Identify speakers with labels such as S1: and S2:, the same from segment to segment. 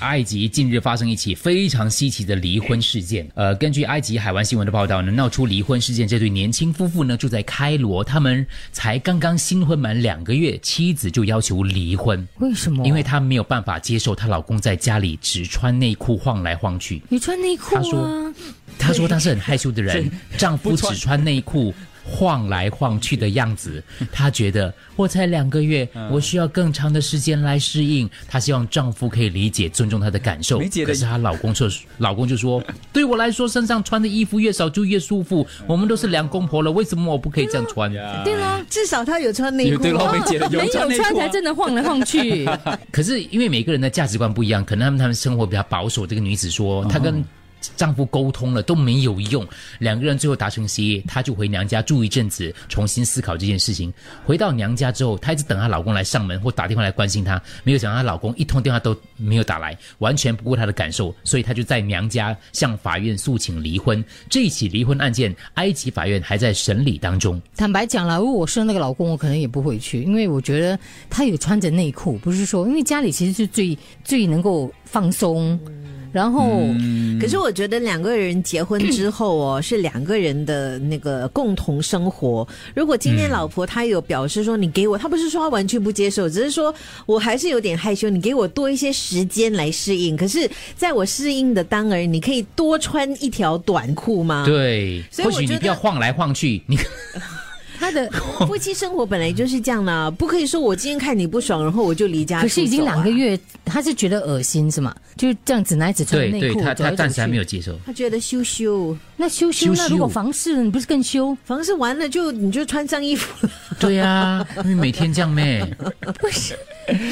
S1: 埃及近日发生一起非常稀奇的离婚事件。呃，根据埃及海湾新闻的报道呢，闹出离婚事件这对年轻夫妇呢住在开罗，他们才刚刚新婚满两个月，妻子就要求离婚，
S2: 为什么？
S1: 因为她没有办法接受她老公在家里只穿内裤晃来晃去。
S2: 你穿内裤
S1: 她说
S2: 啊，
S1: 她说她是很害羞的人，丈夫只穿内裤。晃来晃去的样子，她觉得我才两个月，
S3: 嗯
S1: 我需要更长的时间来适应。她希望丈夫可以理解、尊重她的感受。
S3: 理解的
S1: 可是她老公说，老公就说，对我来说，身上穿的衣服越少就越舒服。我们都是两公婆了，为什么我不可以这样穿？
S4: 对啦，哎至少他有穿内裤。哦
S3: 对了，梅姐有
S2: 没有
S3: 内
S2: 穿
S3: 裤啊
S2: 才真的晃来晃去。
S1: 可是因为每个人的价值观不一样，可能他们他们生活比较保守。这个女子说，她跟丈夫沟通了都没有用，两个人最后达成协议，她就回娘家住一阵子，重新思考这件事情。回到娘家之后，她一直等她老公来上门或打电话来关心她，没有想到她老公一通电话都没有打来，完全不顾她的感受，所以她就在娘家向法院诉请离婚。这一起离婚案件，埃及法院还在审理当中。
S2: 坦白讲啦，如果我是那个老公，我可能也不会去，因为我觉得他有穿着内裤，不是说因为家里其实是最最能够放松，
S4: 嗯
S2: 然后、
S1: 嗯
S2: 嗯
S4: 可是我觉得两个人结婚之后哦，是两个人的那个共同生活。如果今天老婆她有表示说你给我，她不是说她完全不接受，只是说我还是有点害羞，你给我多一些时间来适应。可是在我适应的当儿，你可以多穿一条短裤吗？，
S1: 对，
S4: 所以
S1: 或
S4: 我
S1: 许
S4: 觉
S1: 你
S4: 得
S1: 不要晃来晃去，你
S2: 他的
S4: 夫妻生活本来就是这样啦，不可以说我今天看你不爽，然后我就离家
S2: 可
S4: 出走啊、啊
S2: 是已经两个月，他是觉得恶心是吗？就这样子男孩子穿
S1: 对
S2: 内
S1: 对，
S2: 裤
S1: 她
S2: 走来
S1: 她
S2: 走
S1: 暂时还没有
S2: 去。
S1: 接受。
S4: 她觉得羞羞，
S2: 那羞羞
S1: 羞
S2: 那
S1: 羞
S2: 如果房事你不是更羞？
S4: 房事完了就你就穿上衣服了。
S1: 对呀、因为每天这样 咩，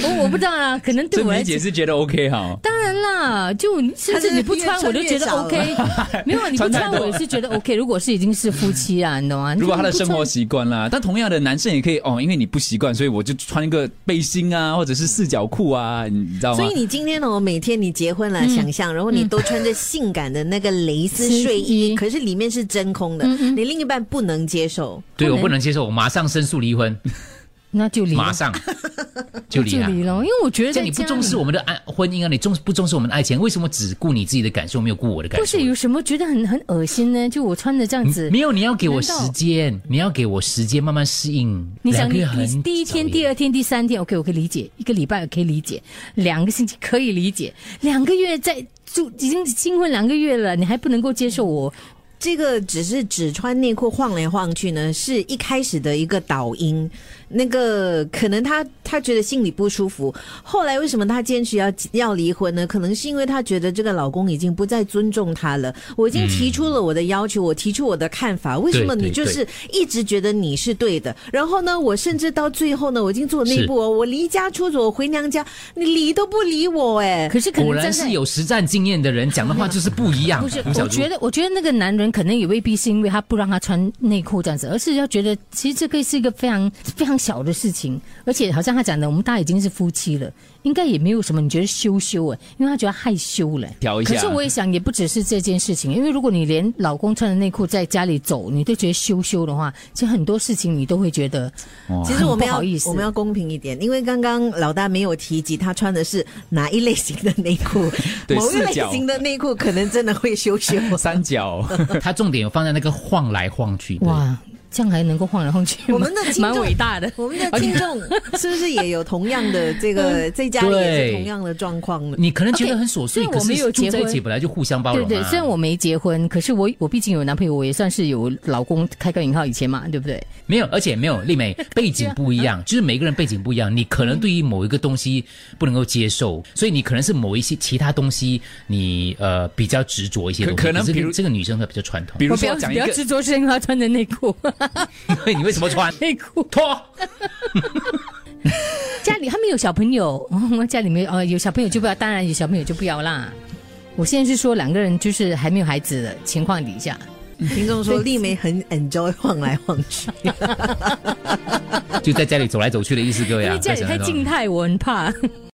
S2: 我我不知道啊，可能对
S3: 这
S2: 我来
S3: 梅
S2: 讲
S3: 姐。是觉得 OK 哈，
S2: 当然啦，就甚至你不穿我都觉得 OK，没有你不穿我也是觉得 OK。如果是已经是夫妻啊，你懂吗？
S3: 如果她的
S2: 你不
S3: 生
S2: 穿
S3: 活习惯啦，但同样的男生也可以哦，因为你不习惯，所以我就穿一个背心啊，或者是四角裤啊，你知道吗
S4: 所以？你今天呢、哦，每天你结婚了，想象，然后你都穿着性感的那个蕾丝睡
S2: 丝
S4: 衣，
S2: 衣
S4: 可是里面是真空的，你另一半不能接受。
S1: 对
S2: 不
S1: 我
S2: 能
S1: 不能接受，我马上申诉离婚，
S2: 那就离了
S1: 马 上就离
S2: 就
S1: 啊！
S2: 离了，因为我觉得
S1: 这
S2: 在
S1: 样你不
S2: 家
S1: 重视
S2: 里
S1: 我们的爱婚姻啊，你重不重视我们的爱情？为什么只顾你自己的感受，没有顾我的感
S2: 不
S1: 受嗯
S2: 是？有什么觉得很很恶心呢？就我穿的这样子，
S1: 没有，你要给我
S2: 难道
S1: 时间，你要给我时间慢慢适应。
S2: 你
S1: 两
S2: 想
S1: 个
S2: 你
S1: 月很
S2: 你第一天、
S1: 少耶
S2: 第二天、第三天，OK，我可以理解，一个礼拜我可以理解，两个星期可以理解，两个月在就已经新婚两个月了，你还不能够接受我，
S4: 这个只是只穿内裤晃来晃去呢，是一开始的一个导因。那个可能他他觉得心里不舒服，后来为什么他坚持要要离婚呢？可能是因为他觉得这个老公已经不再尊重她了。我已经提出了我的要求，我提出我的看法，为什么
S1: 对
S4: 你就
S1: 对
S4: 是一直觉得你是对的？然后呢，我甚至到最后呢，我已经做内部哦，我离家出走，我回娘家，你理都不理我哎、
S2: 可是可能
S1: 果然
S2: 站在
S1: 是有实战经验的人讲的话就是不一样。
S2: 不是，
S1: 吴小
S2: 我
S1: 猪
S2: 觉得，我觉得那个男人可能也未必是因为他不让他穿内裤这样子，而是要觉得其实这个是一个非常非常小的事情，而且好像他讲的，我们大家已经是夫妻了，应该也没有什么你觉得羞羞啊，因为他觉得害羞了。
S3: 调一下
S2: 可是我也想，也不只是这件事情，因为如果你连老公穿着内裤在家里走，你都觉得羞羞的话，其实很多事情你都会觉得
S3: 哦
S4: 其实我们
S2: 很不
S4: 要
S2: 好意思
S4: 我们要公平一点，因为刚刚老大没有提及他穿的是哪一类型的内裤，
S3: 对
S4: 某一类
S3: 四角
S4: 型的内裤可能真的会羞 羞。
S3: 三角
S1: 他重点有放在那个晃来晃去。对，
S2: 哇，这样还能够晃来晃去吗，
S4: 我们的听
S2: 蛮
S4: 众
S2: 伟大的。
S4: 我们的听 众是不是也有同样的这个在家里也是同样的状况呢？
S1: 你可能觉得很琐
S2: OK，虽
S1: 碎，
S2: 然
S1: 可
S2: 我没有
S1: 是住
S2: 结
S1: 在一起
S2: 婚
S1: 本来就互相包容
S2: 对
S1: 啊。
S2: 对，虽然我没结婚，可是我我毕竟有男朋友，我也算是有老公开个引号以前嘛，对不对？
S1: 没有，而且没有丽梅背景不一样，就是每个人背景不一样，你可能对于某一个东西不能够接受，所以你可能是某一些其他东西你呃比较执着一些
S3: 可
S1: 东西。
S3: 可能
S1: 是
S3: 比如
S1: 这个女生她比较传统
S3: 比，如
S2: 我不
S3: 说
S2: 要
S3: 讲
S2: 不
S3: 一
S2: 要
S3: 个
S2: 执着是因为他穿着内裤，
S1: 对，你为什么 穿
S2: 内裤。
S1: 脱？
S2: 家里他们有小朋友，哦、家里没有哦，有小朋友就不要，当然有小朋友就不要啦。我现在是说两个人就是还没有孩子的情况底下，
S4: 听众说丽梅很 enjoy 晃来晃去，
S1: 就在家里走来走去的意思，各位
S2: 因
S1: 啊，
S2: 为家里
S1: 不要
S2: 太
S1: 想太多
S2: 静态，我很怕。